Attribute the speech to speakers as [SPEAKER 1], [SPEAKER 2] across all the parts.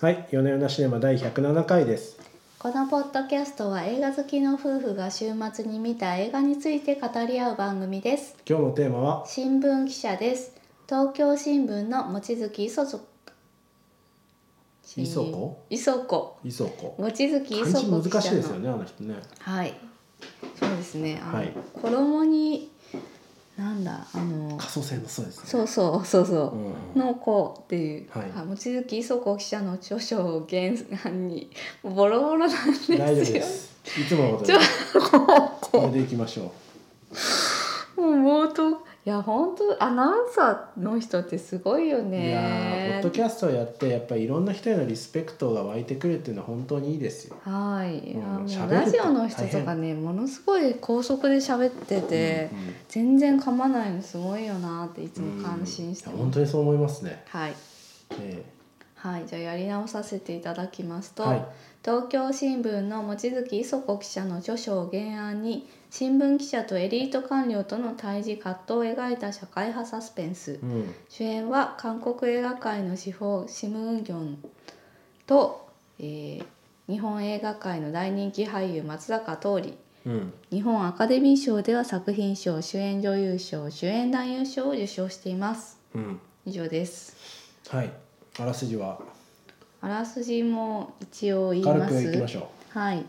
[SPEAKER 1] はい、夜な夜なシネマ第107回です。
[SPEAKER 2] このポッドキャストは映画好きの夫婦が週末に見た映画について語り合う番組です
[SPEAKER 1] 今日のテーマは
[SPEAKER 2] 新聞記者です東京新聞の望月磯子
[SPEAKER 1] 磯子
[SPEAKER 2] 磯子
[SPEAKER 1] 磯子。
[SPEAKER 2] 望月磯
[SPEAKER 1] 漢字
[SPEAKER 2] 子
[SPEAKER 1] 難
[SPEAKER 2] 記者の
[SPEAKER 1] しいですよね、あの人ね。
[SPEAKER 2] はいそうですねあの、
[SPEAKER 1] はい
[SPEAKER 2] 衣になんだあの
[SPEAKER 1] 可塑性のそうですね。
[SPEAKER 2] そうそうそうそうう、
[SPEAKER 1] ん
[SPEAKER 2] の子っていう、
[SPEAKER 1] はい
[SPEAKER 2] あ望月磯子記者の著書を原案にボロボロなんですよ
[SPEAKER 1] 大丈夫です。いつものことで
[SPEAKER 2] ち
[SPEAKER 1] こ
[SPEAKER 2] ょ
[SPEAKER 1] れでいきましょ
[SPEAKER 2] もう冒頭いや本当アナウンサーの人ってすごいよ
[SPEAKER 1] う。いやー、ポ
[SPEAKER 2] ね
[SPEAKER 1] ッドキャストをやってやっぱりいろんな人へのリスペクトが湧いてくるっていうのは本当にいいですよ。
[SPEAKER 2] はい、
[SPEAKER 1] うん
[SPEAKER 2] あもう
[SPEAKER 1] 喋る
[SPEAKER 2] ラジオの人とかねものすごい高速で喋ってて、全然噛まないのすごいよなっていつ
[SPEAKER 1] うんうん
[SPEAKER 2] も感心して
[SPEAKER 1] い
[SPEAKER 2] ま
[SPEAKER 1] や
[SPEAKER 2] す
[SPEAKER 1] 本当にそう思いますね。
[SPEAKER 2] はい、
[SPEAKER 1] え
[SPEAKER 2] はい、じゃあやり直させていただきます
[SPEAKER 1] え
[SPEAKER 2] と、
[SPEAKER 1] はい。
[SPEAKER 2] 東京新聞の望月磯子記者の著書を原案に新聞記者とエリート官僚との対峙葛藤を描いた社会派サスペンス、
[SPEAKER 1] うん。
[SPEAKER 2] 主演は韓国映画界の司法シム・ウンギョンと、えー日本映画界の大人気俳優松坂桃李
[SPEAKER 1] うん。
[SPEAKER 2] 日本アカデミー賞では作品賞主演女優賞主演男優賞を受賞しています
[SPEAKER 1] うん。
[SPEAKER 2] 以上です
[SPEAKER 1] はい。あらすじは
[SPEAKER 2] あらすじも一応言い
[SPEAKER 1] 軽
[SPEAKER 2] ま
[SPEAKER 1] くい
[SPEAKER 2] す
[SPEAKER 1] きましょ
[SPEAKER 2] はい、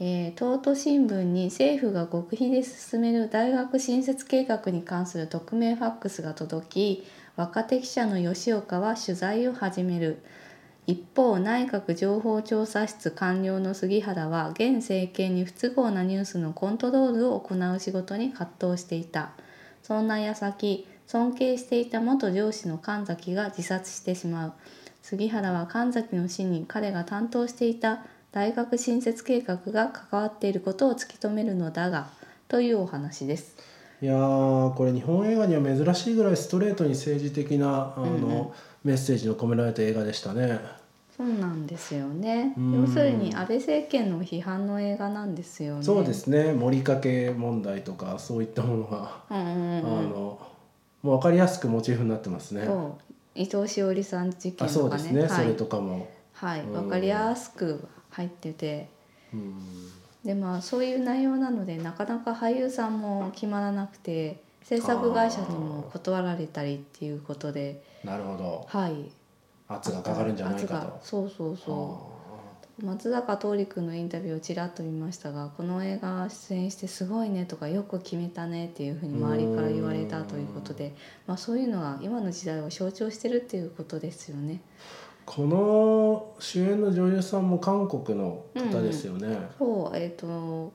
[SPEAKER 2] えー、東都新聞に政府が極秘で進める大学新設計画に関する匿名ファックスが届き若手記者の吉岡は取材を始める一方内閣情報調査室官僚の杉原は現政権に不都合なニュースのコントロールを行う仕事に葛藤していたそんな矢先尊敬していた元上司の神崎が自殺してしまう杉原は神崎の死に彼が担当していた大学新設計画が関わっていることを突き止めるのだがというお話です。
[SPEAKER 1] う。いやーこれ日本映画には珍しいぐらいストレートに政治的なあの、
[SPEAKER 2] うんうん
[SPEAKER 1] メッセージの込められた映画でしたね。
[SPEAKER 2] そうなんですよね
[SPEAKER 1] うん
[SPEAKER 2] 要するに安倍政権の批判の映画なんですよね。
[SPEAKER 1] そうですね。盛りかけ問題とかそういったものが、
[SPEAKER 2] うんうん
[SPEAKER 1] あ
[SPEAKER 2] うん
[SPEAKER 1] のもうわかりやすくモチーフになってますね。
[SPEAKER 2] そう伊藤詩織さん事件
[SPEAKER 1] あそ
[SPEAKER 2] と
[SPEAKER 1] う
[SPEAKER 2] か
[SPEAKER 1] で
[SPEAKER 2] ね
[SPEAKER 1] すね。
[SPEAKER 2] は
[SPEAKER 1] それ
[SPEAKER 2] い、
[SPEAKER 1] とかも。
[SPEAKER 2] はい、
[SPEAKER 1] うん
[SPEAKER 2] わかりやすく入ってて
[SPEAKER 1] うん。
[SPEAKER 2] でまあそういう内容なのでなかなか俳優さんも決まらなくて制作会社にも断られたりっていうことで
[SPEAKER 1] なるほど。
[SPEAKER 2] はい
[SPEAKER 1] 圧がかかるんじゃないか
[SPEAKER 2] 圧が
[SPEAKER 1] と。
[SPEAKER 2] そうそうそう松坂桃李君のインタビューをちらっと見ましたがこの映画出演してすごいねとかよく決めたねっていうふうに周りから言われたということでまあそういうのが今の時代を象徴してるっていうことですよね
[SPEAKER 1] この主演の女優さんも韓国の方ですよね。
[SPEAKER 2] そうえっ、と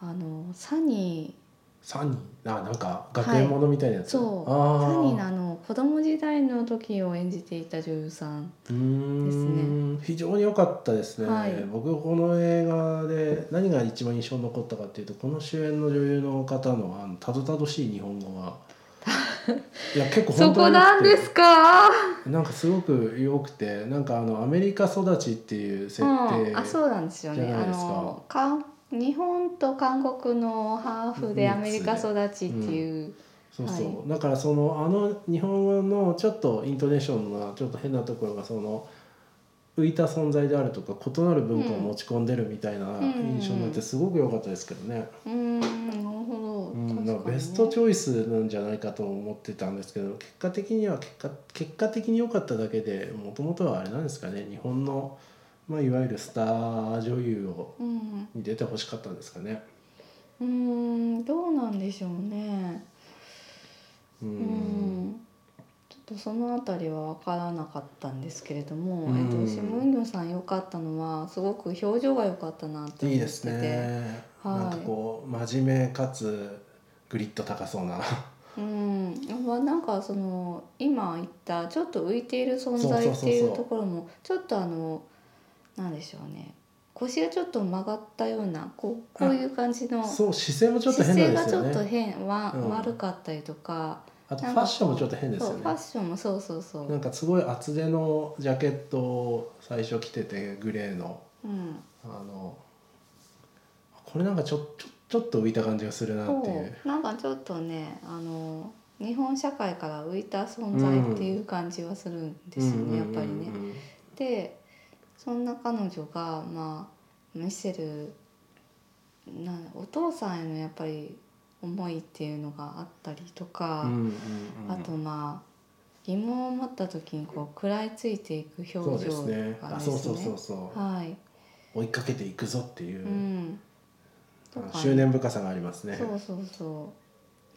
[SPEAKER 2] あのサニ
[SPEAKER 1] サニー、あ、なんか学園ものみたいなやつ。
[SPEAKER 2] そう
[SPEAKER 1] あ
[SPEAKER 2] ー
[SPEAKER 1] ー
[SPEAKER 2] サニーのあの子供時代の時を演じていた女優さん
[SPEAKER 1] うーん非常に良かったですね、
[SPEAKER 2] はい
[SPEAKER 1] 僕この映画で何が一番印象に残ったかっていうとこの主演の女優の方のあのたどたどしい日本語 がいや結構
[SPEAKER 2] そ
[SPEAKER 1] 本当
[SPEAKER 2] こ
[SPEAKER 1] に良
[SPEAKER 2] なん
[SPEAKER 1] くて
[SPEAKER 2] ですか、
[SPEAKER 1] なんかすごく良くてなんかあのアメリカ育ちっていう設
[SPEAKER 2] う
[SPEAKER 1] 定、
[SPEAKER 2] ん、あそうなんですよ
[SPEAKER 1] じ
[SPEAKER 2] ね
[SPEAKER 1] ゃな
[SPEAKER 2] あ
[SPEAKER 1] いですか
[SPEAKER 2] の韓日本と韓国のハーフでアメリカ
[SPEAKER 1] ミックス
[SPEAKER 2] 育ちっていう、
[SPEAKER 1] そうそう、だからそのあの日本語のちょっとイントネーションがちょっと変なところがその浮いた存在であるとか異なる文化を持ち込んでるみたいな印象になってすごく良かったですけどね、
[SPEAKER 2] うーんなるほ
[SPEAKER 1] う
[SPEAKER 2] ど、
[SPEAKER 1] ん、なん
[SPEAKER 2] 確
[SPEAKER 1] か
[SPEAKER 2] かに
[SPEAKER 1] ベストチョイスなんじゃないかと思ってたんですけど結果的には結果結果的に良かっただけでもともとはあれなんですかね日本の、まあ、いわゆるスター女優を
[SPEAKER 2] うん
[SPEAKER 1] に出てほしかったんですかね。
[SPEAKER 2] うーんどうなんでしょうね
[SPEAKER 1] う
[SPEAKER 2] うんんちょっとそのあたりは分からなかったんですけれども、
[SPEAKER 1] うん
[SPEAKER 2] えっと、シム・ウンギョンさん良かったのはすごく表情が良かったなって思ってて
[SPEAKER 1] いいですね、
[SPEAKER 2] はい
[SPEAKER 1] なんかこう真面目かつグリッと高そうな
[SPEAKER 2] うん、まあなんかその今言ったちょっと浮いている存
[SPEAKER 1] そう
[SPEAKER 2] 在
[SPEAKER 1] そうそう
[SPEAKER 2] っ
[SPEAKER 1] そう
[SPEAKER 2] ていうところもちょっとあのなんでしょうね腰がちょっと曲がったようなこうこういう感じ の
[SPEAKER 1] そう姿勢もちょっと
[SPEAKER 2] 姿
[SPEAKER 1] 変
[SPEAKER 2] 勢
[SPEAKER 1] なん
[SPEAKER 2] が
[SPEAKER 1] です
[SPEAKER 2] ち
[SPEAKER 1] よ
[SPEAKER 2] ょっと
[SPEAKER 1] ね
[SPEAKER 2] 変わ、
[SPEAKER 1] うん
[SPEAKER 2] 悪かったりとか
[SPEAKER 1] あと
[SPEAKER 2] な
[SPEAKER 1] フ
[SPEAKER 2] ん
[SPEAKER 1] ァッ
[SPEAKER 2] か
[SPEAKER 1] ションもちょっと変です
[SPEAKER 2] そ
[SPEAKER 1] よ
[SPEAKER 2] うファ
[SPEAKER 1] ね
[SPEAKER 2] ッションもそうそうそう
[SPEAKER 1] なんかすごい厚手のジャケットを最初着ててグレーの
[SPEAKER 2] うん、
[SPEAKER 1] あのこれなんかちょちょちょっと浮いた感じがするなってい
[SPEAKER 2] そううなんかちょっとねあの日本社会から浮いた存在っていう感じはするんですよね、やっぱりね。
[SPEAKER 1] うんうんうんうん
[SPEAKER 2] でそんな彼女が、まあ、見せるなお父さんへのやっぱり思いっていうのがあったりとか、
[SPEAKER 1] うんうんうん
[SPEAKER 2] あとまあ疑問を持った時にこう食らいついていく
[SPEAKER 1] そう
[SPEAKER 2] 表
[SPEAKER 1] で
[SPEAKER 2] 情
[SPEAKER 1] すね
[SPEAKER 2] が
[SPEAKER 1] あ
[SPEAKER 2] です
[SPEAKER 1] そう
[SPEAKER 2] ね
[SPEAKER 1] そうそうそう、
[SPEAKER 2] はい、
[SPEAKER 1] 追いかけていくぞっていうう、
[SPEAKER 2] ん、とかね
[SPEAKER 1] 執念深さがありますね
[SPEAKER 2] そうそうそ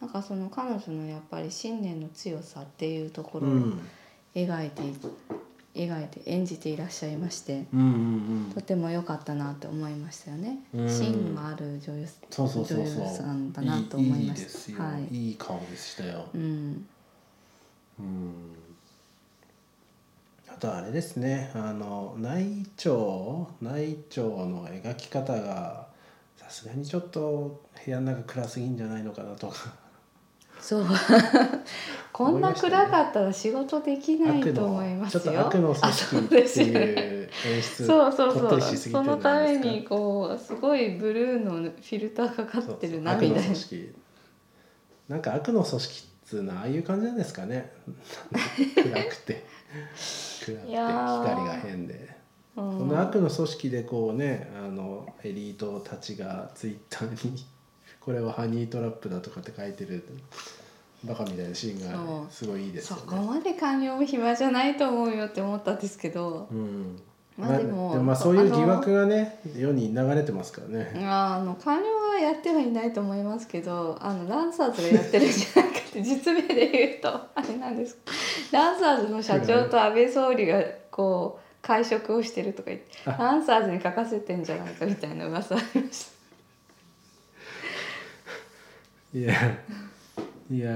[SPEAKER 2] うなんかその彼女のやっぱり信念の強さっていうところ
[SPEAKER 1] う
[SPEAKER 2] を
[SPEAKER 1] ん、
[SPEAKER 2] 描いてい、描いて演じていらっしゃいまして
[SPEAKER 1] うんうんう
[SPEAKER 2] と
[SPEAKER 1] ん
[SPEAKER 2] ても良かったなって思いましたよね、
[SPEAKER 1] うん
[SPEAKER 2] 芯がある女優
[SPEAKER 1] そうそうそうそう
[SPEAKER 2] 女優さんだなと思いました
[SPEAKER 1] いいですよ、、
[SPEAKER 2] はいい
[SPEAKER 1] い顔でしたよ
[SPEAKER 2] うん
[SPEAKER 1] うんあとあれですねあの内調内調の描き方がさすがにちょっと部屋の中暗すぎんじゃないのかなとか
[SPEAKER 2] そう こんな暗かったら仕事できないと思いますよ
[SPEAKER 1] ちょっと悪の組織っていう演出
[SPEAKER 2] そうそう
[SPEAKER 1] こっと
[SPEAKER 2] そう
[SPEAKER 1] りしすぎて
[SPEAKER 2] そ
[SPEAKER 1] るじ
[SPEAKER 2] の
[SPEAKER 1] ゃ
[SPEAKER 2] た
[SPEAKER 1] ない
[SPEAKER 2] め
[SPEAKER 1] ですか
[SPEAKER 2] にこうすごいブルーのフィルターかか
[SPEAKER 1] そう
[SPEAKER 2] って
[SPEAKER 1] そう
[SPEAKER 2] るな
[SPEAKER 1] 悪
[SPEAKER 2] み
[SPEAKER 1] の
[SPEAKER 2] たいな
[SPEAKER 1] 組織なんか悪の組織っつうのはああいう感じなんですかね暗くて暗くて
[SPEAKER 2] いやー
[SPEAKER 1] 光が変で
[SPEAKER 2] うん
[SPEAKER 1] この悪の組織でこうねあのエリートたちがツイッターに これはハニートラップだとかって書いてるバカみたいなシーン
[SPEAKER 2] そ
[SPEAKER 1] が
[SPEAKER 2] う
[SPEAKER 1] すごいいいです
[SPEAKER 2] そ
[SPEAKER 1] よ
[SPEAKER 2] こ
[SPEAKER 1] ね。
[SPEAKER 2] まで官僚も暇じゃないと思うよって思ったんですけど
[SPEAKER 1] うん
[SPEAKER 2] まあでも
[SPEAKER 1] まあそういう
[SPEAKER 2] あの
[SPEAKER 1] 疑惑がね世に流れてますからね。
[SPEAKER 2] あの官僚はやってはいないと思いますけどあのランサーズがやってるんじゃなくて実名で言うと あれなんですランサーズの社長と安倍総理がこう会食をしてるとか言ってランサーズに書かせてんじゃないかみたいな噂ありまし
[SPEAKER 1] いやいや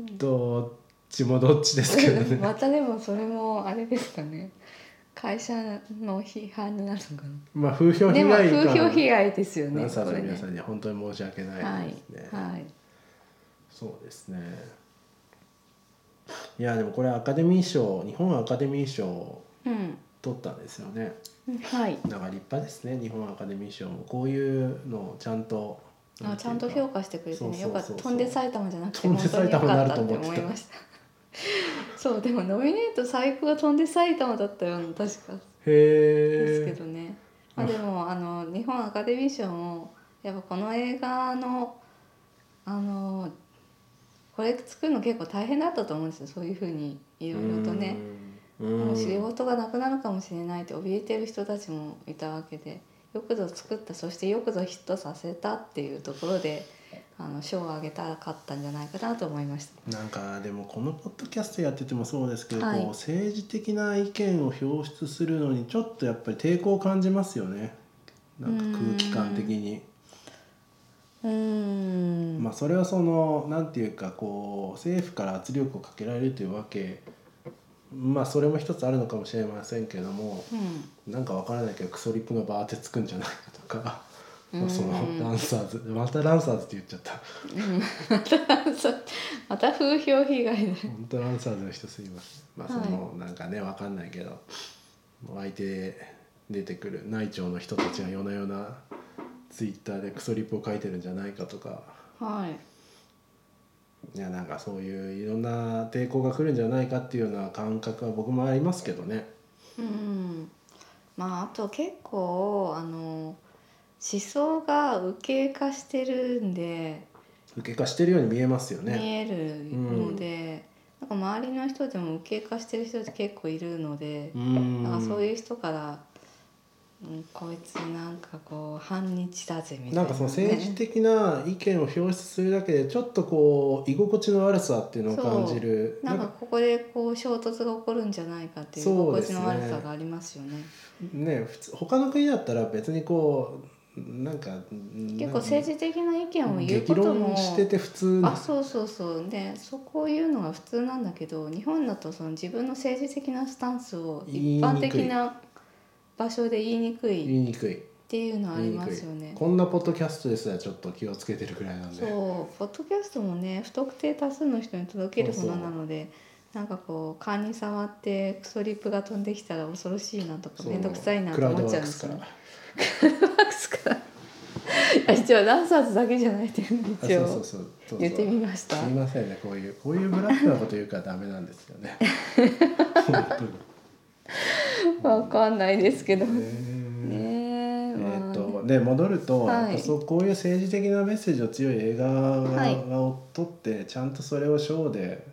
[SPEAKER 1] ーどっちもどっちですけど
[SPEAKER 2] た
[SPEAKER 1] ね
[SPEAKER 2] またでもそれもあれですかね会社の批判になるのか
[SPEAKER 1] まあ風評
[SPEAKER 2] な
[SPEAKER 1] 被
[SPEAKER 2] でも
[SPEAKER 1] 害
[SPEAKER 2] 風
[SPEAKER 1] が
[SPEAKER 2] 評被害ですよね
[SPEAKER 1] 何歳
[SPEAKER 2] こ
[SPEAKER 1] の
[SPEAKER 2] れ
[SPEAKER 1] 皆
[SPEAKER 2] ね
[SPEAKER 1] さんには本当に申し訳な
[SPEAKER 2] はいい
[SPEAKER 1] ですね、
[SPEAKER 2] はい
[SPEAKER 1] そうですねいやでもこれアカデミー賞日本アカデミー賞を
[SPEAKER 2] うん
[SPEAKER 1] 取ったんですよね
[SPEAKER 2] はい
[SPEAKER 1] なんか立派ですね日本アカデミー賞もこういうのをちゃんとな
[SPEAKER 2] あ
[SPEAKER 1] て
[SPEAKER 2] ち
[SPEAKER 1] いう
[SPEAKER 2] ゃ
[SPEAKER 1] か
[SPEAKER 2] んと評価してくれて
[SPEAKER 1] そう
[SPEAKER 2] ね
[SPEAKER 1] そうそ
[SPEAKER 2] よ
[SPEAKER 1] う
[SPEAKER 2] かった飛んで埼玉じゃなくて
[SPEAKER 1] 飛んで
[SPEAKER 2] 本当によ
[SPEAKER 1] 埼玉に
[SPEAKER 2] か
[SPEAKER 1] な
[SPEAKER 2] っ
[SPEAKER 1] る
[SPEAKER 2] たって
[SPEAKER 1] と思ってた
[SPEAKER 2] 思いました そうでもノミネート最高が飛んで埼玉だったような確かですけ
[SPEAKER 1] へえ
[SPEAKER 2] どね、まあ、でもあの日本アカデミー賞もやっぱこの映画のあのこれ作るの結構大変だったと思うんですよそういうふうにい
[SPEAKER 1] い
[SPEAKER 2] ろいろとねもう仕
[SPEAKER 1] うん
[SPEAKER 2] 事がなくなるかもしれないって怯えてる人たちもいたわけでよくぞ作ったそしてよくぞヒットさせたっていうところであの賞をあげたかったんじゃないかなと思いました。
[SPEAKER 1] なんかでもこのポッドキャストやっててもそうですけど、
[SPEAKER 2] はい
[SPEAKER 1] こう政治的な意見を表出するのにちょっとやっぱり抵抗を感じますよねなんか空気感的に。
[SPEAKER 2] うーん、
[SPEAKER 1] まあ、それはそのなんていうかこう政府から圧力をかけられるというわけまあそれも一つあるのかもしれませんけども
[SPEAKER 2] うん
[SPEAKER 1] なんかわからないけどクソリップがバーってつくんじゃないかとか。
[SPEAKER 2] うん
[SPEAKER 1] そのランサーズまたランサーズって言っちゃった
[SPEAKER 2] そうまた風評被害だ
[SPEAKER 1] 本当ランサーズの人すいませんまあその、なんかねわかんないけど相手出てくる内調の人たちが夜な夜なツイッターでクソリップを書いてるんじゃないかとか
[SPEAKER 2] は
[SPEAKER 1] い
[SPEAKER 2] い
[SPEAKER 1] やなんかそういういろんな抵抗が来るんじゃないかっていうような感覚は僕もありますけどね。
[SPEAKER 2] うんまああと結構あの思想が右傾化してるんで
[SPEAKER 1] 受け化してるように見えますよ
[SPEAKER 2] 見
[SPEAKER 1] ね。
[SPEAKER 2] えるので、なんか周りの人でも右傾化してる人って結構いるので
[SPEAKER 1] う、ん。
[SPEAKER 2] なんかそういう人から、うん、こいつなんかこう反日だぜみたい
[SPEAKER 1] な
[SPEAKER 2] な、
[SPEAKER 1] んかその政治的な意見を表出するだけでちょっとこう居心地の悪さっていうのを感じる
[SPEAKER 2] なんかここでこう衝突が起こるんじゃないかっていう
[SPEAKER 1] そう
[SPEAKER 2] 心
[SPEAKER 1] で
[SPEAKER 2] 地
[SPEAKER 1] すね
[SPEAKER 2] の悪さがありますよね。
[SPEAKER 1] ね普通他の国だったら別にこうなんか
[SPEAKER 2] 結構政
[SPEAKER 1] 治
[SPEAKER 2] 治的な意見を言うこと
[SPEAKER 1] 激
[SPEAKER 2] も
[SPEAKER 1] 論してて普通
[SPEAKER 2] あそうそうそうねそこを言うのが普通なんだけど日本だとその自分の政治的なスタンスを一般的な場所で言いにく
[SPEAKER 1] 言
[SPEAKER 2] いっ
[SPEAKER 1] いにくい
[SPEAKER 2] ていうのはあ
[SPEAKER 1] 言い
[SPEAKER 2] り
[SPEAKER 1] に
[SPEAKER 2] ま
[SPEAKER 1] くい
[SPEAKER 2] すよね。
[SPEAKER 1] こんなポッドキャストですらちょっと気をつけてるくらいなんで
[SPEAKER 2] そうポッドキャストもね不特定多数の人に届けるものなのでなんかこう勘に触ってクソリップが飛んできたら恐ろしいなとか
[SPEAKER 1] そう
[SPEAKER 2] 面倒くさいな
[SPEAKER 1] ク
[SPEAKER 2] と
[SPEAKER 1] ラウ
[SPEAKER 2] 思
[SPEAKER 1] ド
[SPEAKER 2] っ
[SPEAKER 1] ワ
[SPEAKER 2] ちゃ
[SPEAKER 1] ー
[SPEAKER 2] う
[SPEAKER 1] ク
[SPEAKER 2] んで
[SPEAKER 1] ス
[SPEAKER 2] す
[SPEAKER 1] から
[SPEAKER 2] よね。ワークス からあ一応ダンサーズだけじゃないっていうのを
[SPEAKER 1] あ
[SPEAKER 2] 一応
[SPEAKER 1] そうそうそうそうそう
[SPEAKER 2] 言ってみました。
[SPEAKER 1] すいませんねこういう こういうブラックなこと言うからダメなんですよね本当に
[SPEAKER 2] わかんないですけど。ね
[SPEAKER 1] え
[SPEAKER 2] え、
[SPEAKER 1] ー
[SPEAKER 2] まあ
[SPEAKER 1] とで戻ると、
[SPEAKER 2] はい
[SPEAKER 1] やっぱそうこういう政治的なメッセージを強い映画
[SPEAKER 2] はい
[SPEAKER 1] がを撮ってちゃんとそれを賞で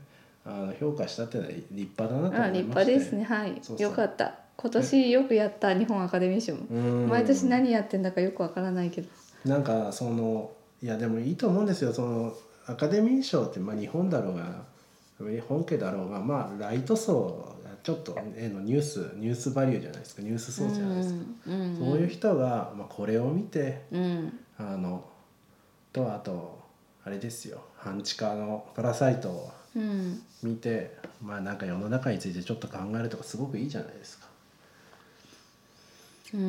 [SPEAKER 1] あの評価したってのは立派だなと
[SPEAKER 2] あ、
[SPEAKER 1] 思い
[SPEAKER 2] 立
[SPEAKER 1] ました
[SPEAKER 2] 派ですね。はい
[SPEAKER 1] そう、そう
[SPEAKER 2] よかった。今年よくやった日本アカデミー賞も。
[SPEAKER 1] うん
[SPEAKER 2] 毎年何やってんだかよくわからないけど。
[SPEAKER 1] なんかそのいやでもいいと思うんですよそのアカデミー賞ってまあ日本だろうが本家だろうがまあライト層ちょっとえのニュースニュースバリューじゃないですかニュース層じゃないですか、
[SPEAKER 2] うん。うん
[SPEAKER 1] そういう。人が、まあ、これを見て
[SPEAKER 2] うん。
[SPEAKER 1] あのとあとあれですよ半地下の「パラサイト」を
[SPEAKER 2] うん。
[SPEAKER 1] 見てまあなんか世の中についてちょっと考えるとかすごくいいじゃないですか。
[SPEAKER 2] うんう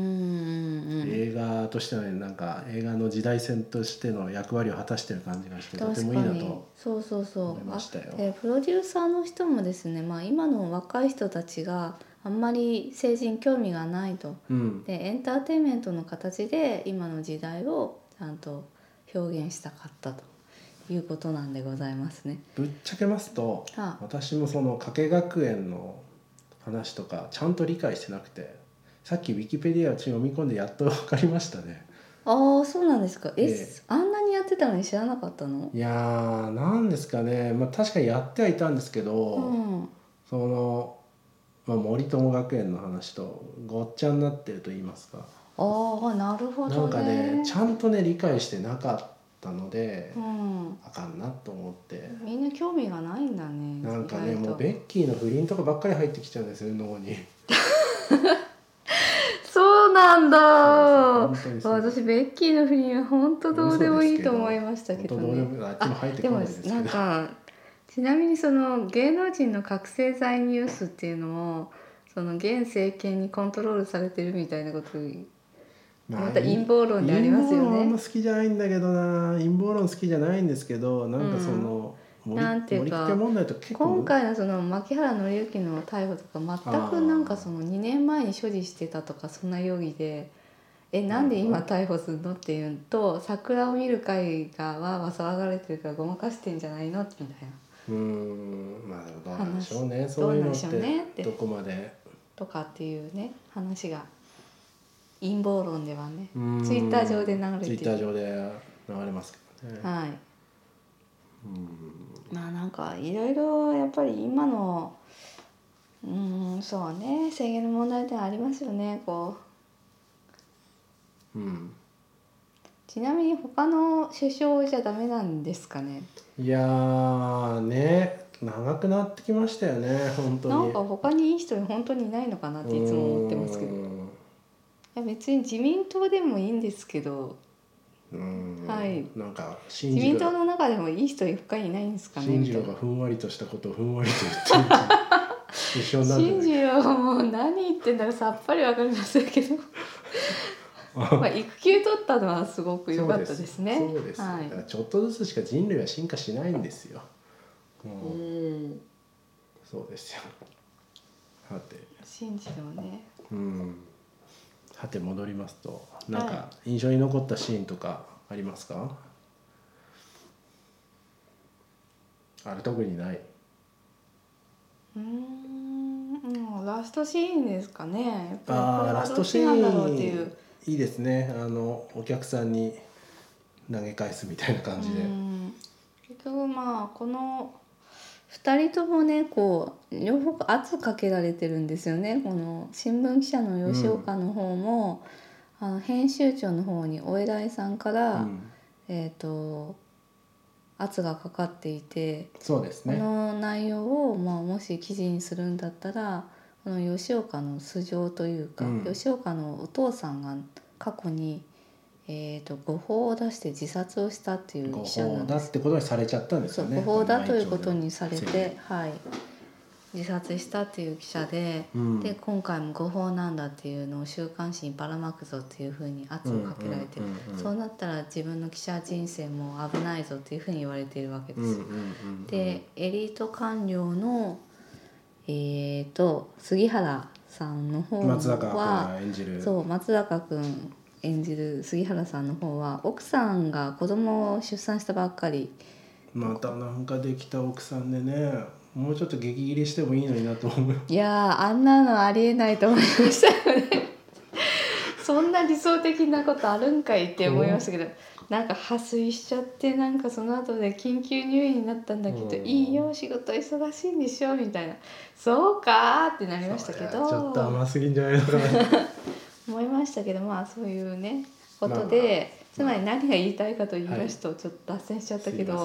[SPEAKER 2] ん
[SPEAKER 1] 映画としてのねなんか映画の時代線としての役割を果たしてる感じがして
[SPEAKER 2] うん、
[SPEAKER 1] とて
[SPEAKER 2] 確
[SPEAKER 1] も
[SPEAKER 2] か
[SPEAKER 1] いいな
[SPEAKER 2] に
[SPEAKER 1] と
[SPEAKER 2] そうそうそ
[SPEAKER 1] 思いうましたよ
[SPEAKER 2] あでプロデューサーの人もですね、まあ、今の若い人たちがあんまり政治に興味がないと
[SPEAKER 1] うん、
[SPEAKER 2] でエンターテインメントの形で今の時代をちゃんと表現したかったということなんでございますね。
[SPEAKER 1] ぶっちゃけますと
[SPEAKER 2] はあ、
[SPEAKER 1] 私もその加計学園の話とかちゃんと理解してなくてさっきウィキペディアを読み込んでやっと分かりましたね
[SPEAKER 2] あーそうなんですかえ、
[SPEAKER 1] ええ
[SPEAKER 2] あんなにやってたのに知らなかったの
[SPEAKER 1] いやーなんですかね、まあ、確かにやってはいたんですけど、
[SPEAKER 2] うん
[SPEAKER 1] その、まあ、森友学園の話とごっちゃになってると言いますか
[SPEAKER 2] ああなるほ
[SPEAKER 1] な
[SPEAKER 2] ど
[SPEAKER 1] んか
[SPEAKER 2] ね
[SPEAKER 1] ねちゃんとね理解してなかったので、
[SPEAKER 2] うん、
[SPEAKER 1] あかんなと思って
[SPEAKER 2] みんな興味がないんだね
[SPEAKER 1] なんかね
[SPEAKER 2] 意外と
[SPEAKER 1] もうベッキーの不倫とかばっかり入ってきちゃうんですよ脳に。
[SPEAKER 2] そうなんだ
[SPEAKER 1] そうです本当に
[SPEAKER 2] 私ベッキーの不倫は本当どうでもいいと思いましたけど
[SPEAKER 1] 本当どうでも
[SPEAKER 2] ね
[SPEAKER 1] いいあっちも入って
[SPEAKER 2] で
[SPEAKER 1] こな
[SPEAKER 2] も
[SPEAKER 1] いですけど。
[SPEAKER 2] なんかちなみにその芸能人の覚醒剤ニュースっていうのもその現政権にコントロールされてるみたいなこと
[SPEAKER 1] まあ
[SPEAKER 2] また陰謀論でありますよ
[SPEAKER 1] 陰
[SPEAKER 2] ね
[SPEAKER 1] 謀論あんま好きじゃないんだけどな陰謀論好きじゃないんですけどなんかその、森
[SPEAKER 2] なんていうか
[SPEAKER 1] 森北問題と結構
[SPEAKER 2] 今回のその牧原紀之の逮捕とか全くなんかその2年前に所持してたとかそんな容疑でえなんで今逮捕するのっていうのと桜を見る会がわーわー騒がれてるからごまかしてんじゃないのみたいな
[SPEAKER 1] うーんまあでもどうなんでしょうねそういうのって
[SPEAKER 2] どうなんでしょうねって
[SPEAKER 1] どこまで
[SPEAKER 2] とかっていうね話が陰謀論ではね
[SPEAKER 1] うーん
[SPEAKER 2] ツイッター上で流れて
[SPEAKER 1] ツイ
[SPEAKER 2] る
[SPEAKER 1] ッター上で流れますけどね。
[SPEAKER 2] は
[SPEAKER 1] う
[SPEAKER 2] い。
[SPEAKER 1] ん
[SPEAKER 2] まあなんかいろいろやっぱり今のうーんそうね制限の問題点ありますよねこう
[SPEAKER 1] うん
[SPEAKER 2] ちなみに他の首相じゃダメなんですかね
[SPEAKER 1] いやーね長くなってきましたよね本当に
[SPEAKER 2] なんか他にいい人本当にいないのかなっていつも思ってますけど
[SPEAKER 1] う
[SPEAKER 2] い
[SPEAKER 1] ーん
[SPEAKER 2] や別に自民党でもいいんですけど
[SPEAKER 1] うーん
[SPEAKER 2] はい
[SPEAKER 1] なんか新
[SPEAKER 2] 自民
[SPEAKER 1] 次
[SPEAKER 2] 党
[SPEAKER 1] 郎
[SPEAKER 2] の中でもいい人他にいないんですかね
[SPEAKER 1] 新
[SPEAKER 2] み
[SPEAKER 1] 次
[SPEAKER 2] た
[SPEAKER 1] 郎
[SPEAKER 2] いな
[SPEAKER 1] がふんわりとしたことをふんわりと言ってる一緒になって
[SPEAKER 2] 新
[SPEAKER 1] ね
[SPEAKER 2] 次郎はもう何言ってんだかさっぱりわかりません けどまあ育休取ったのはすごく良かったですね
[SPEAKER 1] そうです、
[SPEAKER 2] は
[SPEAKER 1] だから
[SPEAKER 2] い
[SPEAKER 1] ちょっとずつしか人類は進化しないんですよ、もう
[SPEAKER 2] うん
[SPEAKER 1] そうですよはて
[SPEAKER 2] 新次郎ね
[SPEAKER 1] うんはて戻りますとなんか印象に残ったシーンとかありますか、あれ特にないう
[SPEAKER 2] ーんもうラストシーンですかねやっ
[SPEAKER 1] あー
[SPEAKER 2] ぱ
[SPEAKER 1] ラ
[SPEAKER 2] り
[SPEAKER 1] ス
[SPEAKER 2] これはど
[SPEAKER 1] ト
[SPEAKER 2] っ
[SPEAKER 1] シ
[SPEAKER 2] ちなんだろうってい
[SPEAKER 1] ー
[SPEAKER 2] う
[SPEAKER 1] ンいいですねあのお客さんに投げ返すみたいな感じで、
[SPEAKER 2] うん結局まあこの2人ともねこう両方圧かけられてるんですよねこの新聞記者の吉岡の方も、あの編集長の方にお偉いさんから、
[SPEAKER 1] うん
[SPEAKER 2] えー、と圧がかかっていて、
[SPEAKER 1] そうです
[SPEAKER 2] こ
[SPEAKER 1] ね
[SPEAKER 2] の内容を、まあ、もし記事にするんだったらこの吉岡の素性というか、
[SPEAKER 1] うん
[SPEAKER 2] 吉岡のお父さんが過去に、えー、と誤報を出して自殺をしたっていう
[SPEAKER 1] 誤
[SPEAKER 2] 記者な
[SPEAKER 1] 報
[SPEAKER 2] ん
[SPEAKER 1] だ
[SPEAKER 2] で
[SPEAKER 1] っ
[SPEAKER 2] す
[SPEAKER 1] てことにされちゃったんです
[SPEAKER 2] そ
[SPEAKER 1] よ
[SPEAKER 2] う
[SPEAKER 1] ね
[SPEAKER 2] 誤報だということにされ
[SPEAKER 1] この内調
[SPEAKER 2] て
[SPEAKER 1] で、
[SPEAKER 2] はい、自殺したっていう記者で。
[SPEAKER 1] うん、
[SPEAKER 2] で今回も誤報なんだっていうのを週刊誌にばらまくぞっていうふうに圧をかけられて、
[SPEAKER 1] うんうんうんうん
[SPEAKER 2] そうなったら自分の記者人生も危ないぞっていうふうに言われているわけで
[SPEAKER 1] う
[SPEAKER 2] す。
[SPEAKER 1] んうんうんうん
[SPEAKER 2] でエリート官僚のえー、と杉原さんの方
[SPEAKER 1] 松坂君
[SPEAKER 2] は
[SPEAKER 1] が演じる
[SPEAKER 2] そう松坂君演じる杉原さんの方は奥さんが子供を出産したばっかり
[SPEAKER 1] またなんかできた奥さんでねもうちょっと激切れしてもいいのになと思う
[SPEAKER 2] いやーあんなのありえないと思いましたよね そんな理想的なことあるんかいって思いましたけどなんか破水しちゃってなんかその後で緊急入院になったんだけど
[SPEAKER 1] うん
[SPEAKER 2] いいよ仕事忙しいんでしょみたいなそうかーってなりましたけ
[SPEAKER 1] ちょっと
[SPEAKER 2] ど
[SPEAKER 1] 甘すぎんじゃないの かな
[SPEAKER 2] 思いましたけどまあそういうねこ
[SPEAKER 1] まあ
[SPEAKER 2] と
[SPEAKER 1] まあ
[SPEAKER 2] で、つ
[SPEAKER 1] まあ
[SPEAKER 2] まり何が言いたいかと言いますと、ちょっと脱線しちゃったけど。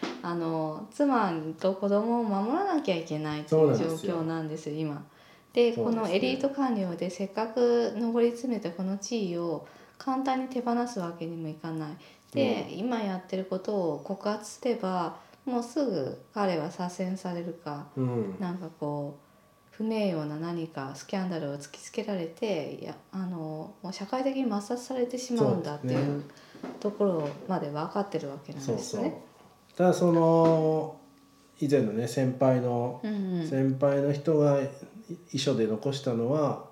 [SPEAKER 1] すいま
[SPEAKER 2] あの妻と子供を守らなきゃいけないと
[SPEAKER 1] そうな
[SPEAKER 2] いうん状
[SPEAKER 1] ですよ
[SPEAKER 2] 況なんですよ今。で
[SPEAKER 1] そう
[SPEAKER 2] こ
[SPEAKER 1] ですね
[SPEAKER 2] のエリート官僚でせっかく上り詰めたこの地位を簡単に手放すわけにもいかない。で、今やってることを告発すればもうすぐ彼は左遷されるか
[SPEAKER 1] せんうん
[SPEAKER 2] なんかこう不名誉な何かスキャンダルを突きつけられていやあのもう社会的に抹殺されてしまうんだってい
[SPEAKER 1] そう
[SPEAKER 2] う
[SPEAKER 1] ですね
[SPEAKER 2] ところまで分かってるわけなん
[SPEAKER 1] そう
[SPEAKER 2] です
[SPEAKER 1] そ
[SPEAKER 2] よ
[SPEAKER 1] う
[SPEAKER 2] ね。
[SPEAKER 1] ただその以前のね先輩の
[SPEAKER 2] うんうん
[SPEAKER 1] 先輩の人がい遺書で残したのは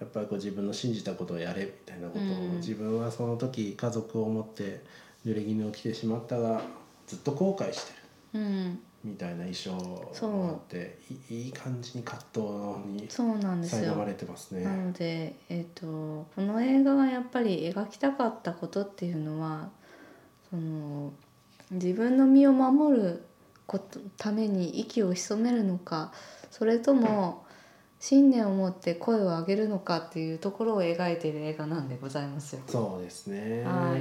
[SPEAKER 1] やっぱりこう自分の信じたことをやれみたいなことを、
[SPEAKER 2] うん
[SPEAKER 1] 自分はその時家族を持って濡れ衣を着てしまったがずっと後悔してる
[SPEAKER 2] うん、
[SPEAKER 1] みたいな遺書
[SPEAKER 2] そう
[SPEAKER 1] があっていいい感じに葛藤に
[SPEAKER 2] そうなんです
[SPEAKER 1] 苛ま
[SPEAKER 2] よ。
[SPEAKER 1] れてますね。
[SPEAKER 2] なので、えっとこの映画がやっぱり描きたかったことっていうのはその自分の身を守ることために息を潜めるのかそれとも信念を持って声を上げるのかっていうところを描いている映画なんでございますよ。
[SPEAKER 1] そうですね、
[SPEAKER 2] は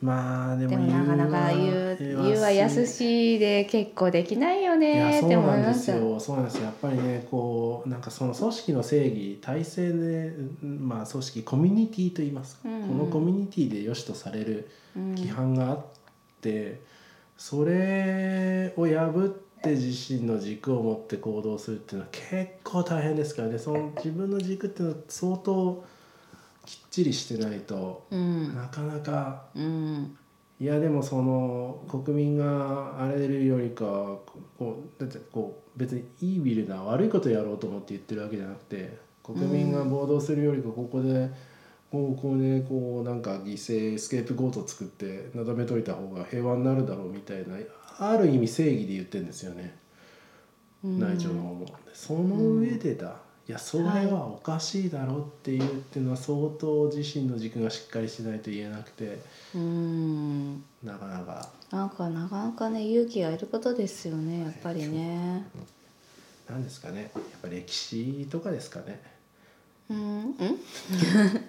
[SPEAKER 1] まあでも
[SPEAKER 2] でもなかなか言う言うはやすしで結構できないよ
[SPEAKER 1] いや
[SPEAKER 2] ね
[SPEAKER 1] そ
[SPEAKER 2] っ
[SPEAKER 1] う
[SPEAKER 2] て思
[SPEAKER 1] ないん
[SPEAKER 2] ま
[SPEAKER 1] ですす
[SPEAKER 2] よ。
[SPEAKER 1] よそうなんですよやっぱりねこうなんかその組織の正義体制で、うんまあ、組織コミュニティと言いますか、
[SPEAKER 2] うんうん
[SPEAKER 1] このコミュニティで良しとされる
[SPEAKER 2] うん
[SPEAKER 1] 規範があって、それを破って自身の軸を持って行動するっていうのは結構大変ですからねその自分の軸っていうのは相当きっちりしてないと
[SPEAKER 2] うん
[SPEAKER 1] なかなか
[SPEAKER 2] うん
[SPEAKER 1] いやでもその国民が荒れるよりかこうだってこう別にいいビルな悪いことやろうと思って言ってるわけじゃなくて国民が暴動するよりかここでこうこうでこうなんか犠牲スケープゴート作ってなだめといた方が平和になるだろうみたいなある意味正義で言ってるんですよね
[SPEAKER 2] うん
[SPEAKER 1] 内情の方も。その上でだ、いやそれはおかしいだろっていうっていうのは相当自身の軸がしっかりしないと言えなくて
[SPEAKER 2] うん
[SPEAKER 1] なかなか。
[SPEAKER 2] なんかなかなかね勇気がいることですよねやっぱりね。
[SPEAKER 1] なんですかねやっぱ歴史とかですかね
[SPEAKER 2] うん、うん、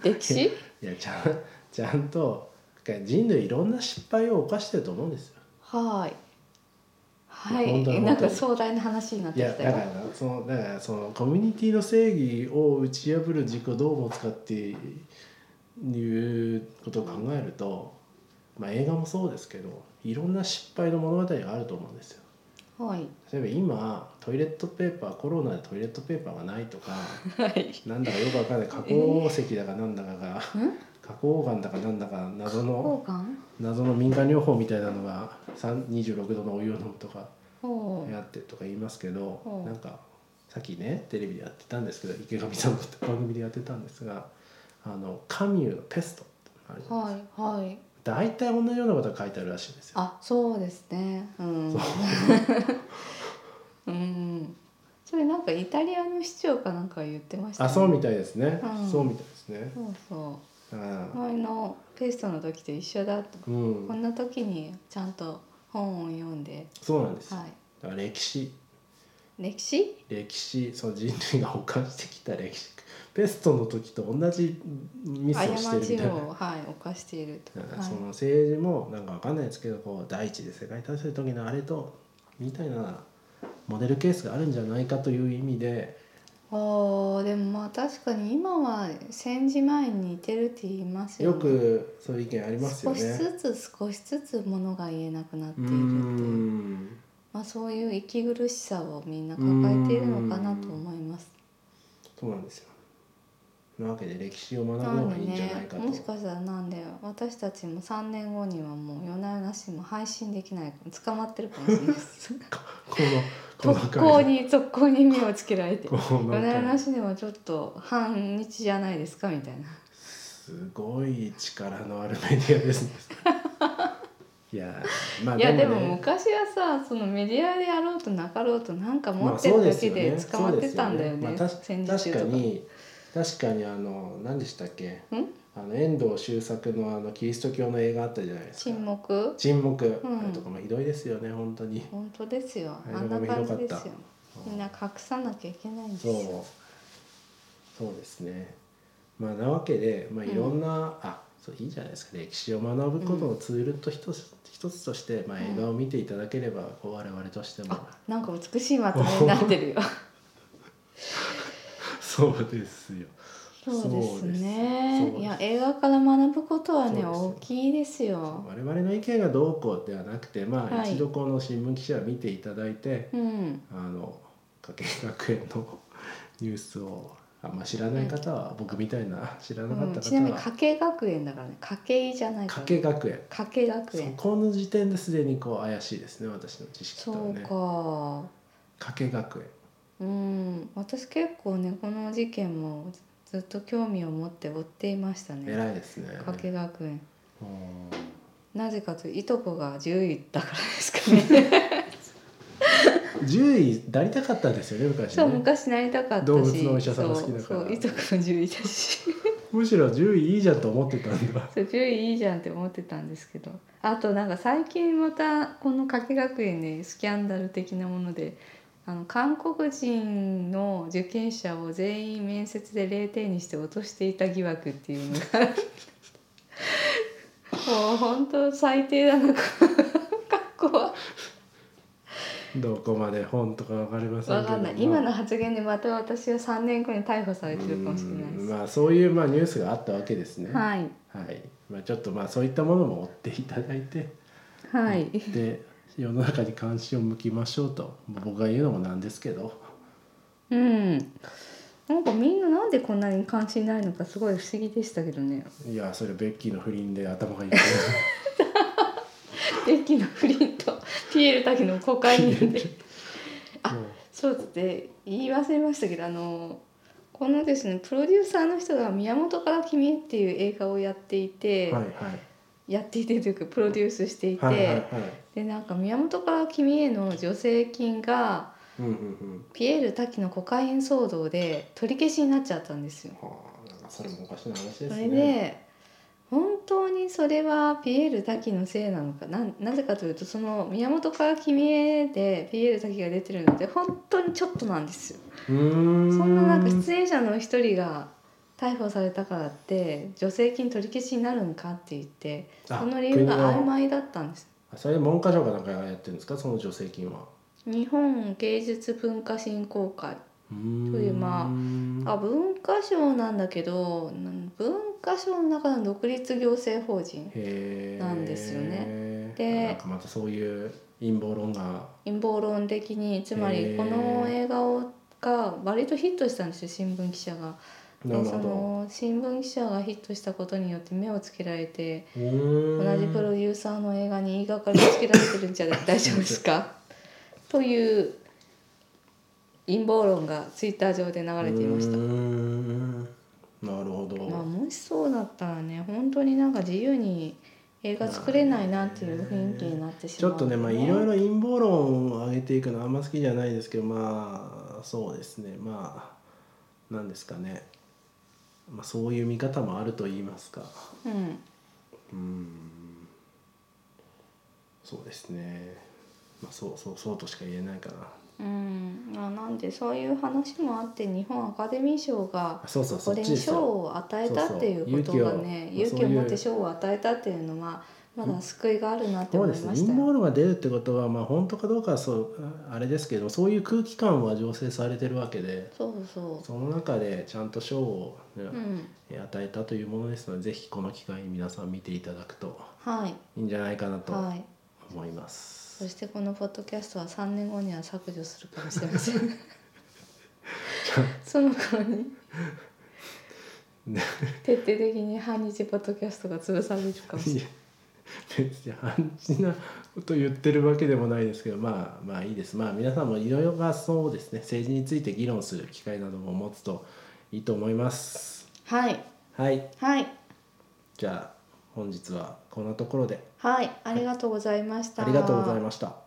[SPEAKER 2] 歴史？
[SPEAKER 1] いやちゃん ちゃんと人類いろんな失敗を犯してると思うんですよ。
[SPEAKER 2] はい。は
[SPEAKER 1] 本
[SPEAKER 2] い。
[SPEAKER 1] 当に本当
[SPEAKER 2] え
[SPEAKER 1] に
[SPEAKER 2] なんか壮大な話になっ
[SPEAKER 1] い
[SPEAKER 2] て
[SPEAKER 1] や
[SPEAKER 2] きた
[SPEAKER 1] だ
[SPEAKER 2] よ
[SPEAKER 1] か。らそのだからそのコミュニティの正義を打ち破る軸をどう持つかっていうことを考えると、まあ、映画もそうですけどいろんな失敗の物語があると思うんですよ。
[SPEAKER 2] はい。
[SPEAKER 1] 例えば今トイレットペーパーコロナでトイレットペーパーがないとか
[SPEAKER 2] はい。
[SPEAKER 1] なんだかよくわかんない花崗石だかなんだかが
[SPEAKER 2] うん？
[SPEAKER 1] 花崗岩だかなんだか謎の
[SPEAKER 2] 交換？
[SPEAKER 1] 謎の民間療法みたいなのが3 26度のお湯を飲むとか
[SPEAKER 2] ほう。
[SPEAKER 1] やってとか言いますけ
[SPEAKER 2] ほ
[SPEAKER 1] ど
[SPEAKER 2] う
[SPEAKER 1] なんかさっきねテレビでやってたんですけど池上さんの番組でやってたんですがあのカミューのペストあれ
[SPEAKER 2] はいはい。
[SPEAKER 1] 大体同じようなことが書いてあるらしいんですよ。
[SPEAKER 2] あそうですね。うん
[SPEAKER 1] そう。
[SPEAKER 2] うん。それなんかイタリアの市長かなんか言ってました、
[SPEAKER 1] あそうみたいですね、
[SPEAKER 2] うん
[SPEAKER 1] そうみたいですね。
[SPEAKER 2] そうそ
[SPEAKER 1] だから
[SPEAKER 2] う。前のペーストの時と一緒だと。
[SPEAKER 1] うん
[SPEAKER 2] こんな時にちゃんと本を読んで、
[SPEAKER 1] そうなんですよ、
[SPEAKER 2] は
[SPEAKER 1] だから歴史
[SPEAKER 2] い。歴史？
[SPEAKER 1] 歴史その人類が保管してきた歴史ペストの時と同じミスをして
[SPEAKER 2] 過
[SPEAKER 1] るみ
[SPEAKER 2] ち
[SPEAKER 1] たいな
[SPEAKER 2] を、はい、犯していると。
[SPEAKER 1] なんか
[SPEAKER 2] はい
[SPEAKER 1] その政治もなんかわかんないですけどこう第一次世界大戦の時のあれとみたいなモデルケースがあるんじゃないかという意味で
[SPEAKER 2] あーでもまあ確かに今は戦時前に似てるって言いますよ
[SPEAKER 1] よ
[SPEAKER 2] ね。
[SPEAKER 1] くそういう意見ありますよ
[SPEAKER 2] 少し
[SPEAKER 1] ね。
[SPEAKER 2] ずつ少しずつものが言えなくなって
[SPEAKER 1] う
[SPEAKER 2] い
[SPEAKER 1] ー
[SPEAKER 2] るっていう、
[SPEAKER 1] ん
[SPEAKER 2] まあ、そういう息苦しさをみんな抱えているのかなと思います。
[SPEAKER 1] そうなんですよ。なわけで歴史を学ぶ
[SPEAKER 2] な
[SPEAKER 1] の
[SPEAKER 2] の
[SPEAKER 1] がい
[SPEAKER 2] で
[SPEAKER 1] いんじゃない
[SPEAKER 2] ね
[SPEAKER 1] かと。
[SPEAKER 2] もしかしたらなんで私たちも3年後にはもう夜な夜なしても配信できない捕まってるかもしれないです。
[SPEAKER 1] このこの
[SPEAKER 2] 特
[SPEAKER 1] 回
[SPEAKER 2] 攻に特攻に目をつけられて。
[SPEAKER 1] この
[SPEAKER 2] 夜な夜
[SPEAKER 1] 回
[SPEAKER 2] なしでもちょっと半日じゃないですかみたいな
[SPEAKER 1] すごい力のあるメディアですね。いやーまあ
[SPEAKER 2] いやで
[SPEAKER 1] で
[SPEAKER 2] も
[SPEAKER 1] もね
[SPEAKER 2] 昔はさそのメディアであろうとなかろうとなんか持
[SPEAKER 1] まあ
[SPEAKER 2] って
[SPEAKER 1] そう
[SPEAKER 2] る
[SPEAKER 1] で
[SPEAKER 2] だ
[SPEAKER 1] す
[SPEAKER 2] け
[SPEAKER 1] よ
[SPEAKER 2] で
[SPEAKER 1] ね
[SPEAKER 2] 捕まってたんだよ
[SPEAKER 1] そう
[SPEAKER 2] ね
[SPEAKER 1] ですよね
[SPEAKER 2] 戦
[SPEAKER 1] まあ、
[SPEAKER 2] 時
[SPEAKER 1] 確
[SPEAKER 2] 中
[SPEAKER 1] か
[SPEAKER 2] とか。
[SPEAKER 1] に確かにあの何でしたっけ
[SPEAKER 2] ん
[SPEAKER 1] あの遠藤周作のあのキリスト教の映画あったじゃないですか
[SPEAKER 2] 沈黙
[SPEAKER 1] 沈黙、
[SPEAKER 2] ん
[SPEAKER 1] あれとかもひどいですよね本当に
[SPEAKER 2] 本当ですよ
[SPEAKER 1] あれ
[SPEAKER 2] あん
[SPEAKER 1] の画
[SPEAKER 2] な
[SPEAKER 1] 面
[SPEAKER 2] 感
[SPEAKER 1] 良か
[SPEAKER 2] じ
[SPEAKER 1] っ
[SPEAKER 2] です
[SPEAKER 1] た
[SPEAKER 2] よみんな隠さなきゃいけないんです
[SPEAKER 1] そう
[SPEAKER 2] よ。
[SPEAKER 1] そうですねまあなわけで、まあ、いろんな、あそういいじゃないですか歴史を学ぶことのツールと一つ,、一つとして、まあ、映画を見ていただければ、こう我々としても、
[SPEAKER 2] あなんか美しいまとめになってる よ。
[SPEAKER 1] そうですよ
[SPEAKER 2] そうです
[SPEAKER 1] そう
[SPEAKER 2] ね
[SPEAKER 1] です
[SPEAKER 2] いや映画から学ぶことはね
[SPEAKER 1] そう
[SPEAKER 2] 大
[SPEAKER 1] ですよ
[SPEAKER 2] きいですよ。
[SPEAKER 1] 我々の意見がどうこうではなくて、まあ、
[SPEAKER 2] はい
[SPEAKER 1] 一度この新聞記者を見ていただいて、
[SPEAKER 2] うん
[SPEAKER 1] あの加計学園のニュースをあんま知らない方は、僕みたいな知らなか
[SPEAKER 2] う
[SPEAKER 1] っ
[SPEAKER 2] ん、
[SPEAKER 1] た
[SPEAKER 2] ちなみ
[SPEAKER 1] 方
[SPEAKER 2] に
[SPEAKER 1] は、
[SPEAKER 2] 家計学園だからね家計じゃないか
[SPEAKER 1] 加
[SPEAKER 2] ら、
[SPEAKER 1] 計学園
[SPEAKER 2] 家計学
[SPEAKER 1] そ
[SPEAKER 2] 園
[SPEAKER 1] この時点ですでにこう怪しいですね私の知識と
[SPEAKER 2] そ
[SPEAKER 1] は
[SPEAKER 2] う
[SPEAKER 1] ね。
[SPEAKER 2] か
[SPEAKER 1] 加計学園
[SPEAKER 2] うん私結構ねこの事件もずっと興味を持って追っていましたね
[SPEAKER 1] 偉いですね。
[SPEAKER 2] 加計学園
[SPEAKER 1] うん
[SPEAKER 2] なぜかというといとこが10位だからですか ね
[SPEAKER 1] 10位なりたかったんですよね昔
[SPEAKER 2] そう
[SPEAKER 1] ね。
[SPEAKER 2] 昔なりたかったし
[SPEAKER 1] 動物のお医者さんが好きだから
[SPEAKER 2] そうそういとこも10位だし
[SPEAKER 1] むしろ10位いいじゃんと思ってたんだ。
[SPEAKER 2] そう10位いいじゃんって思ってたんですけどあとなんか最近またこの加計学園ねスキャンダル的なものであの韓国人の受験者を全員面接で0点にして落としていた疑惑っていうのがもう本当最低だなこの格好は
[SPEAKER 1] どこまで本とかわかりません
[SPEAKER 2] 分
[SPEAKER 1] けど
[SPEAKER 2] かんない
[SPEAKER 1] まあ
[SPEAKER 2] 今の発言でまた私は3年後に逮捕されてるかもしれないで
[SPEAKER 1] うん
[SPEAKER 2] す。
[SPEAKER 1] まあそういうまあニュースがあったわけですね。い。
[SPEAKER 2] はい
[SPEAKER 1] まあちょっとまあそういったものも追っていただいて、
[SPEAKER 2] はい、
[SPEAKER 1] で世の中に関心を向きましょうと僕が言うのもなんですけど。
[SPEAKER 2] うん、なんかみんななんでこんなに関心ないのかすごい不思議でしたけど ね。
[SPEAKER 1] いやそれベッキーの不倫で頭がいっぱい。
[SPEAKER 2] ベッキーの不倫とピエール滝のコカインで。あ
[SPEAKER 1] もう
[SPEAKER 2] そうで言い忘れましたけどあのこのですねプロデューサーの人が「宮本から君へ」っていう映画をやっていて、
[SPEAKER 1] はい
[SPEAKER 2] やっていてというかプロデュースしていて、
[SPEAKER 1] はいはいはいはい。
[SPEAKER 2] でなんか「宮本から君へ」の助成金が
[SPEAKER 1] うんうんうん。
[SPEAKER 2] ピエール滝のコカイン騒動で取り消しになっちゃったんですよ。
[SPEAKER 1] はあなんかそれもおかしな話ですね。
[SPEAKER 2] それで本当にそれはピエール滝のせいなのかなんなぜかというとその「宮本から君へ」でピエール滝が出てるので本当にちょっとなんですよ。
[SPEAKER 1] うーん。
[SPEAKER 2] そんななんか出演者の一人が逮捕されたからって助成金取り消しになるんかって言って
[SPEAKER 1] あ
[SPEAKER 2] その理由が曖
[SPEAKER 1] 国の
[SPEAKER 2] 昧だったんです。
[SPEAKER 1] あそれ文科省かなんかがやってるんですかその助成金は。
[SPEAKER 2] 日本芸術文化振興会
[SPEAKER 1] と
[SPEAKER 2] と
[SPEAKER 1] い
[SPEAKER 2] いうまあ文化省なんだけどなん文化省の中の独立行政法人
[SPEAKER 1] へー
[SPEAKER 2] なんですよねで
[SPEAKER 1] なんかまたそういう陰謀論が。
[SPEAKER 2] 陰謀論的につま
[SPEAKER 1] へ
[SPEAKER 2] り
[SPEAKER 1] ー
[SPEAKER 2] この映画をが割とヒットしたんですよ新聞記者が。
[SPEAKER 1] な
[SPEAKER 2] で
[SPEAKER 1] る
[SPEAKER 2] そ
[SPEAKER 1] ほど。
[SPEAKER 2] の新聞記者がヒットしたことによって目をつけられて
[SPEAKER 1] うー
[SPEAKER 2] 同
[SPEAKER 1] ん
[SPEAKER 2] じプロデューサーの映画に言いがかりつけられてる んじゃない大丈夫ですかという陰謀論がツイッター上で流れていました
[SPEAKER 1] うー。んなるほど。
[SPEAKER 2] まあ、もしそうだったらね本当になんか自由に映画作れないなっていう雰囲気になってし
[SPEAKER 1] ち
[SPEAKER 2] ま
[SPEAKER 1] ょ
[SPEAKER 2] う
[SPEAKER 1] っとね、まあ、いろいろ陰謀論を上げていくのあんま好きじゃないですけどまあそうですねまあなんですかね、まあ、そういう見方もあると言いますか
[SPEAKER 2] うん
[SPEAKER 1] うんそうですねまあそうそうそうとしか言えないかな
[SPEAKER 2] うん、まあなんでそういう話もあって日本アカデミー賞が
[SPEAKER 1] あそうそう
[SPEAKER 2] こ
[SPEAKER 1] そっ
[SPEAKER 2] れ
[SPEAKER 1] ち
[SPEAKER 2] に
[SPEAKER 1] です
[SPEAKER 2] 賞
[SPEAKER 1] よ
[SPEAKER 2] を与えたっていうことがね
[SPEAKER 1] そう
[SPEAKER 2] 勇
[SPEAKER 1] そう勇気
[SPEAKER 2] 気
[SPEAKER 1] をまあそう
[SPEAKER 2] を持
[SPEAKER 1] いう
[SPEAKER 2] って賞を与えたっていうのはまだ救いがあるなって
[SPEAKER 1] そう
[SPEAKER 2] 思
[SPEAKER 1] です
[SPEAKER 2] い
[SPEAKER 1] ね
[SPEAKER 2] まし
[SPEAKER 1] 陰
[SPEAKER 2] た
[SPEAKER 1] 謀
[SPEAKER 2] よ。
[SPEAKER 1] 論が出るってことはまあ本当かどうかはそうああれですけどそういう空気感は醸成されてるわけで
[SPEAKER 2] そうそ
[SPEAKER 1] その中でちゃんと賞を、ね
[SPEAKER 2] う。うん、
[SPEAKER 1] えー与えたというものですのでぜひこの機会に皆さん見ていただくと
[SPEAKER 2] はい
[SPEAKER 1] いいんじゃないかなと
[SPEAKER 2] はい。
[SPEAKER 1] 思いま
[SPEAKER 2] そ
[SPEAKER 1] す。
[SPEAKER 2] してこのポッドキャストは3年後には削除するかもしれませ ん。その頃に
[SPEAKER 1] ね
[SPEAKER 2] 徹底的に反日ポッドキャストが潰されるかもし
[SPEAKER 1] い
[SPEAKER 2] れない。
[SPEAKER 1] や別に反日なこと言ってるわけでもないですけどまあまあいいですまあ皆さんもいろいろがそうですね政治について議論する機会なども持つといいと思います。
[SPEAKER 2] はい
[SPEAKER 1] はい
[SPEAKER 2] はい。
[SPEAKER 1] じゃあ本日は
[SPEAKER 2] こんなところで
[SPEAKER 1] はい、ありがとうございました。
[SPEAKER 2] ありがとうございました。